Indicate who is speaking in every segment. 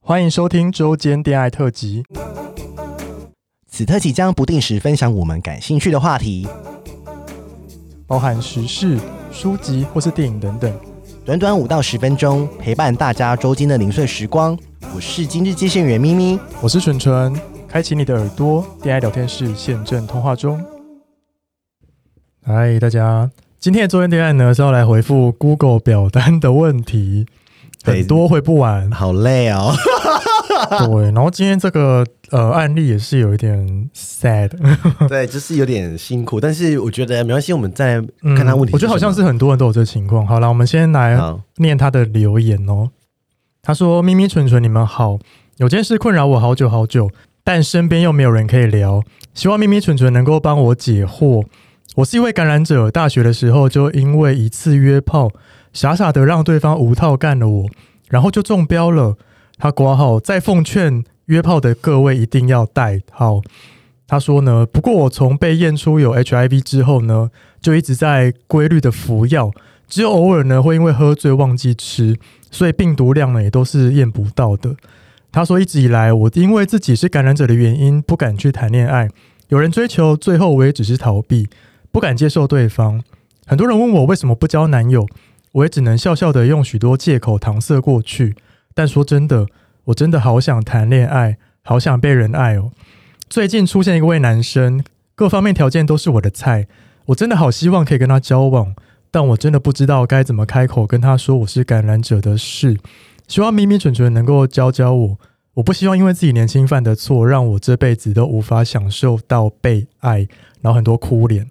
Speaker 1: 欢迎收听周间恋爱特辑。
Speaker 2: 此特辑将不定时分享我们感兴趣的话题，
Speaker 1: 包含时事、书籍或是电影等等。
Speaker 2: 短短五到十分钟，陪伴大家周间的零碎时光。我是今日接线员咪咪，
Speaker 1: 我是纯纯，开启你的耳朵，恋爱聊天室现正通话中。嗨，大家，今天的周间恋爱呢是要来回复 Google 表单的问题，
Speaker 2: 对。
Speaker 1: 很多回不完
Speaker 2: 好累 哦，
Speaker 1: 对，然后今天这个呃案例也是有一点 sad，
Speaker 2: 对，就是有点辛苦，但是我觉得没关系，我们再看他问题、
Speaker 1: 嗯我觉得好像是，很多人都有这个情况。好了，我们先来
Speaker 2: 好
Speaker 1: 念他的留言哦。他说：“咪咪蠢蠢，你们好，有件事困扰我好久好久，但身边又没有人可以聊，希望咪咪蠢蠢能够帮我解惑。我是一位感染者，大学的时候就因为一次约炮，傻傻的让对方无套干了我，然后就中标了。他挂号，再奉劝约炮的各位一定要戴套。他说呢，不过我从被验出有 HIV 之后呢，就一直在规律的服药，只有偶尔呢会因为喝醉忘记吃，所以病毒量呢也都是验不到的。他说一直以来我因为自己是感染者的原因，不敢去谈恋爱，有人追求，最后我也只是逃避，不敢接受对方。很多人问我为什么不交男友，我也只能笑笑的用许多借口搪塞过去。但说真的，我真的好想谈恋爱，好想被人爱哦。最近出现一位男生，各方面条件都是我的菜，我真的好希望可以跟他交往，但我真的不知道该怎么开口跟他说我是感染者的事。希望咪咪蠢蠢能够教教我，我不希望因为自己年轻犯的错，让我这辈子都无法享受到被爱，然后很多哭脸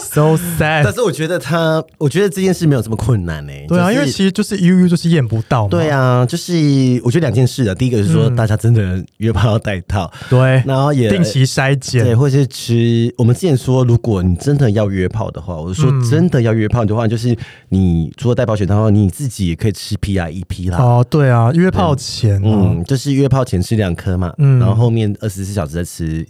Speaker 1: ，so
Speaker 3: 但
Speaker 1: sad。
Speaker 3: 是我觉得他，我觉得这件事没有这么困难呢、
Speaker 1: 哎对啊，
Speaker 3: 就是
Speaker 1: 因为其实就是 U U 就是验不到嘛。
Speaker 3: 对啊，就是我觉得两件事啊，第一个是说
Speaker 1: 嗯
Speaker 3: 大家真的约炮要带 套，
Speaker 1: 对，
Speaker 3: 然后也
Speaker 1: 定期筛
Speaker 3: 对，
Speaker 1: 检，
Speaker 3: 或是吃。我们之前说，如果你真的要约炮的话，我是说
Speaker 1: 嗯
Speaker 3: 真的要约炮的话，就是你除了带保险套，你自己也可以吃 P I E P 啦。
Speaker 1: 哦，对啊，约炮前、嗯，
Speaker 3: 嗯，就是约炮前吃两颗嘛，
Speaker 1: 嗯
Speaker 3: 然后后面二十四小时再吃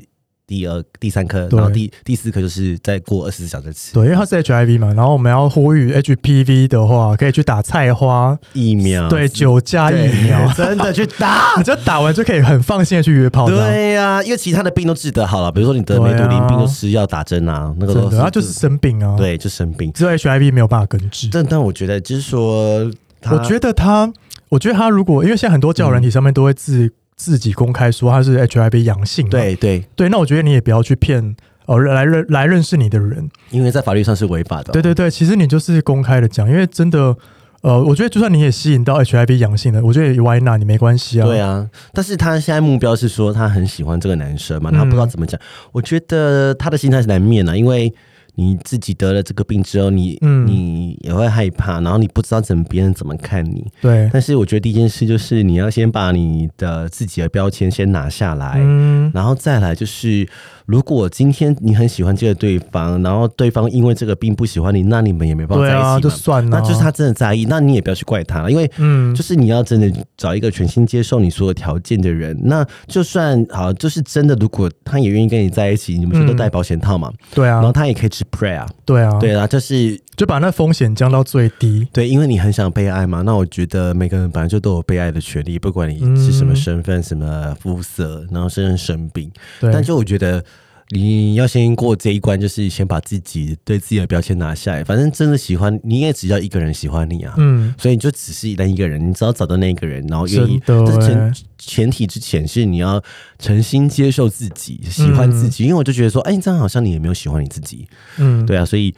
Speaker 3: 第二、第三颗，
Speaker 1: 对
Speaker 3: 然后第第四颗就是再过二十四小时再吃
Speaker 1: 对，因为它是 HIV 嘛，然后我们要呼吁 HPV 的话，可以去打菜花，
Speaker 3: 疫苗。
Speaker 1: 对，九价
Speaker 3: 嗯对，
Speaker 1: 疫苗
Speaker 3: 真的去 打。
Speaker 1: 你只要打完就可以很放心的去约炮，这样
Speaker 3: 对呀、因为其他的病都治得好了，比如说你得梅毒
Speaker 1: 对啊
Speaker 3: 淋病就吃药打针啊，那个
Speaker 1: 真
Speaker 3: 都
Speaker 1: 的，它就是生病啊，，
Speaker 3: 对，就生病。
Speaker 1: 只有 HIV 没有办法根治。
Speaker 3: 但但我觉得就是说他，嗯
Speaker 1: 我觉得他，我觉得他如果因为现在很多交友软体上面都会自、自己公开说他是 HIV 阳性嘛，
Speaker 3: 对对，
Speaker 1: 对，那我觉得你也不要去骗哦来认来认识你的人，
Speaker 3: 因为在法律上是违法的。
Speaker 1: 对对对，其实你就是公开的讲，因为真的，呃，我觉得就算你也吸引到 HIV 阳性的，我觉得也 why not 你没关系啊。
Speaker 3: 对啊，但是他现在目标是说他很喜欢这个男生
Speaker 1: 嗯
Speaker 3: 嘛，他不知道怎么讲。我觉得他的心态是难免啊，因为你自己得了这个病之后，你、
Speaker 1: 嗯
Speaker 3: 你也会害怕，然后你不知道怎么别人怎么看你。
Speaker 1: 对，
Speaker 3: 但是我觉得第一件事就是你要先把你的自己的标签先拿下来，
Speaker 1: 嗯，
Speaker 3: 然后再来就是，如果今天你很喜欢这个对方，然后对方因为这个病不喜欢你，那你们也没办法
Speaker 1: 对
Speaker 3: 在一起嘛。
Speaker 1: 啊，就算了、
Speaker 3: 那就是他，真的在意，那你也不要去怪他了，因为
Speaker 1: 嗯，
Speaker 3: 就是你要真的找一个全心接受你所有条件的人。那就算好，就是真的，如果他也愿意跟你在一起，你们就都
Speaker 1: 嗯
Speaker 3: 戴保险套嘛，
Speaker 1: 对
Speaker 3: 然后
Speaker 1: 啊，
Speaker 3: 他也可以吃 prayer，、
Speaker 1: 对啊，
Speaker 3: 对啊，就是
Speaker 1: 就把那风险降到最低。
Speaker 3: 对，因为你很想被爱嘛，那我觉得每个人本来就都有被爱的权利，不管你是什么
Speaker 1: 嗯
Speaker 3: 身份、什么肤色，然后甚至生病，
Speaker 1: 对，
Speaker 3: 但就我觉得。你要先过这一关，就是先把自己对自己的标签拿下来。反正真的喜欢，你也只要一个人喜欢你啊，
Speaker 1: 嗯，
Speaker 3: 所以你就只是那一个人。你只要找到那一个人，然后愿意。
Speaker 1: 真的
Speaker 3: 但是前
Speaker 1: 欸
Speaker 3: 前提之前是你要诚心接受自己，喜欢自己。因为我就觉得说，哎、这样好像你也没有喜欢你自己，
Speaker 1: 嗯，
Speaker 3: 对啊。所以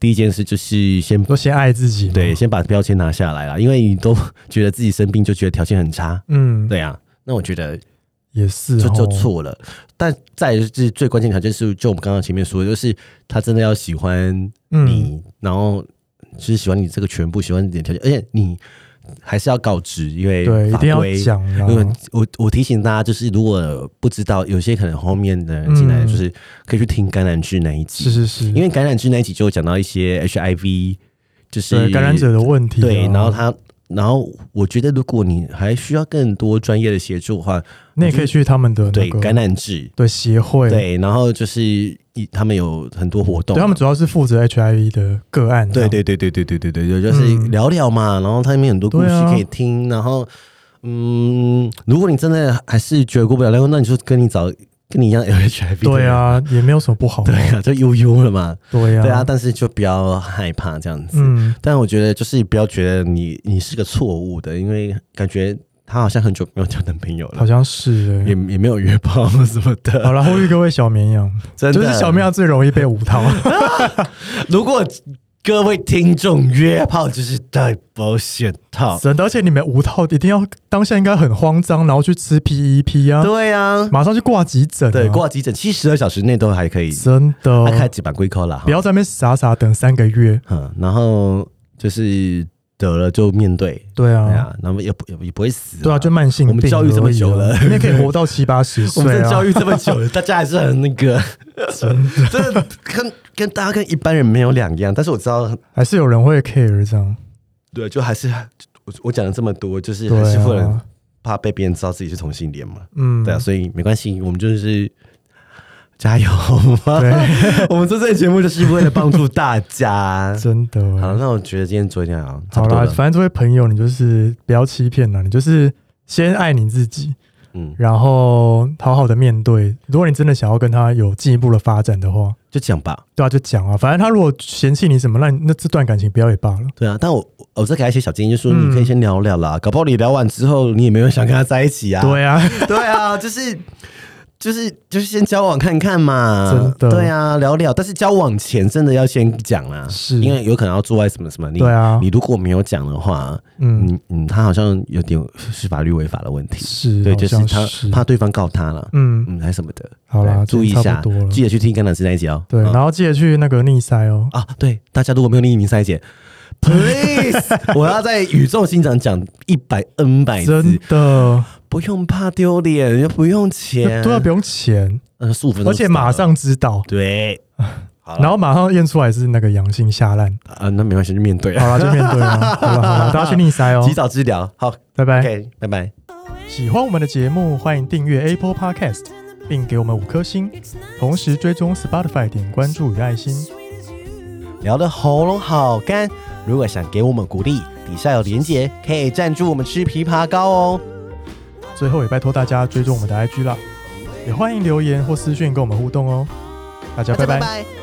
Speaker 3: 第一件事就是先
Speaker 1: 都先爱自己，
Speaker 3: 对，，先把标签拿下来啦，因为你都觉得自己生病，就觉得条件很差，
Speaker 1: 嗯，，
Speaker 3: 对啊。那我觉得
Speaker 1: 也是，哦
Speaker 3: 就就，错了。但再来就是最关键条件是，就我们刚刚前面说的，就是他真的要喜欢
Speaker 1: 嗯，
Speaker 3: 你，然后就是喜欢你这个全部，喜欢你的条件，而且你还是要告知，因为
Speaker 1: 对，一
Speaker 3: 法
Speaker 1: 定要
Speaker 3: 规。
Speaker 1: 讲
Speaker 3: 因为
Speaker 1: 啊，
Speaker 3: 我我提醒大家，就是如果不知道，有些可能后面的人进来，
Speaker 1: 嗯
Speaker 3: 就是可以去听感染区那一集，
Speaker 1: 是是是，
Speaker 3: 因为感染区那一集就有讲到一些 HIV，就是
Speaker 1: 对感染者的问题啊，
Speaker 3: 对，然后他，然后我觉得如果你还需要更多专业的协助的话，
Speaker 1: 你也可以去他们的
Speaker 3: 对
Speaker 1: 那个
Speaker 3: 感染制，
Speaker 1: 对协会，啊
Speaker 3: 对，然后就是一他们有很多活动啊
Speaker 1: 对，
Speaker 3: 嘛，
Speaker 1: 他们主要是负责 HIV 的个案，啊
Speaker 3: 对对对对对对对对对，就是
Speaker 1: 嗯
Speaker 3: 聊聊嘛，然后他们有很多故
Speaker 1: 对
Speaker 3: 事
Speaker 1: 啊
Speaker 3: 可以听，然后嗯，如果你真的还是觉得过不了那关，那你就跟你找跟你一样 LHIV，
Speaker 1: 对，啊，也没有什么不好嘛
Speaker 3: 对，啊，就悠悠了嘛，
Speaker 1: 对
Speaker 3: 对啊，
Speaker 1: 啊，
Speaker 3: 但是就不要害怕这样子。
Speaker 1: 嗯，
Speaker 3: 但我觉得就是不要觉得你你是个错误的，因为感觉他好像很久没有交男朋友了
Speaker 1: 好，像是
Speaker 3: 也
Speaker 1: 欸。
Speaker 3: 也没有约炮什么
Speaker 1: 好
Speaker 3: 的。
Speaker 1: 了，呼吁各位小绵羊，
Speaker 3: 真的
Speaker 1: 就是小绵羊最容易被舞 套。
Speaker 3: 如果各位听众约炮就是戴保险套，
Speaker 1: 真的，而且你们无套一定要当下应该很慌张，然后去吃 PEP 啊，
Speaker 3: 对啊，
Speaker 1: 马上去挂急诊、啊，
Speaker 3: 对，挂急诊七十二小时内都还可以，
Speaker 1: 真的，
Speaker 3: 他开几版龟壳啦，
Speaker 1: 哦不要在那边傻傻等三个月。
Speaker 3: 嗯，然后就是得了就面对，
Speaker 1: 对
Speaker 3: 对
Speaker 1: 啊，
Speaker 3: 啊，那么也不也不也不会死，
Speaker 1: 对啊，就慢性病而
Speaker 3: 我
Speaker 1: 已啊。
Speaker 3: 们教育这么久 了，
Speaker 1: 你也可以活到七八十
Speaker 3: 我
Speaker 1: 岁
Speaker 3: 们在
Speaker 1: 啊。
Speaker 3: 教育这么久了，大 家还是很那个， 真的跟跟大家跟一般人没有两样。但是我知道，
Speaker 1: 还是有人会 care 这样。
Speaker 3: 对，就还是我我讲了这么多，就是还
Speaker 1: 对
Speaker 3: 是会有人
Speaker 1: 啊，
Speaker 3: 怕被别人知道自己是同性恋嘛，
Speaker 1: 嗯，
Speaker 3: 对啊，所以没关系，我们就是。加油！
Speaker 1: 对
Speaker 3: 我们做这个节目就是为了帮助大 家。
Speaker 1: 真
Speaker 3: 好，
Speaker 1: 的。
Speaker 3: 那我觉得今天昨天啊，差
Speaker 1: 好
Speaker 3: 不多
Speaker 1: 啦，
Speaker 3: 了。
Speaker 1: 反正这位朋友，你就是不要欺骗了，你就是先爱你自己，
Speaker 3: 嗯，
Speaker 1: 然后好好的面对。如果你真的想要跟他有进一步的发展的话，
Speaker 3: 就讲吧。
Speaker 1: 对啊，就讲啊，反正他如果嫌弃你什么，那你那这段感情不要也罢了。
Speaker 3: 对啊，但我我再给他一些小建议，就说
Speaker 1: 嗯
Speaker 3: 你可以先聊聊啦，搞不好你聊完之后，你也没有想跟他在一起啊。
Speaker 1: 对啊，
Speaker 3: 对啊，就是就是就是先交往看看嘛，
Speaker 1: 真的
Speaker 3: 对啊，聊聊。但是交往前真的要先讲啦，
Speaker 1: 是
Speaker 3: 因为有可能要做爱什么什么。你
Speaker 1: 对啊
Speaker 3: 你如果没有讲的话，
Speaker 1: 嗯，
Speaker 3: 嗯嗯，他好像有点是法律违法的问题。
Speaker 1: 是，
Speaker 3: 对，
Speaker 1: 好
Speaker 3: 就是
Speaker 1: 像
Speaker 3: 他
Speaker 1: 是
Speaker 3: 怕对方告他了，
Speaker 1: 嗯，
Speaker 3: 嗯，还什么的。
Speaker 1: 好啦
Speaker 3: 对，注意一
Speaker 1: 今天差
Speaker 3: 下
Speaker 1: 不多了，
Speaker 3: 记得去听《橄榄枝》那一集哦。
Speaker 1: 对，
Speaker 3: 嗯
Speaker 1: 然后记得去那个逆塞哦。
Speaker 3: 啊，对，大家如果没有匿名 筛检，please，我要在宇宙星长讲一百 N 百
Speaker 1: 真
Speaker 3: 次，
Speaker 1: 的，
Speaker 3: 不用怕丢脸，又不用钱，
Speaker 1: 对啊，不用钱，
Speaker 3: 呃，十五分钟，
Speaker 1: 而且马上知道，
Speaker 3: 对，好了
Speaker 1: 然后马上验出来是那个阳性下烂，
Speaker 3: 啊，那没关系，就面对
Speaker 1: 好啦，
Speaker 3: 啊，
Speaker 1: 就面对 啦。好了好了，哎大家去逆塞哦
Speaker 3: 及，早治疗，好
Speaker 1: 拜拜。
Speaker 3: ，OK，拜拜。
Speaker 1: 喜欢我们的节目，欢迎订阅 Apple Podcast，并给我们五颗星，同时追踪 Spotify 点关注与爱心。
Speaker 3: 聊的喉咙好干，如果想给我们鼓励，底下有连结，可以赞助我们吃枇杷膏哦。
Speaker 1: 最后也拜托大家追踪我们的 IG 啦，也欢迎留言或私讯跟我们互动哦。大家
Speaker 3: 大家
Speaker 1: 拜拜
Speaker 3: 拜拜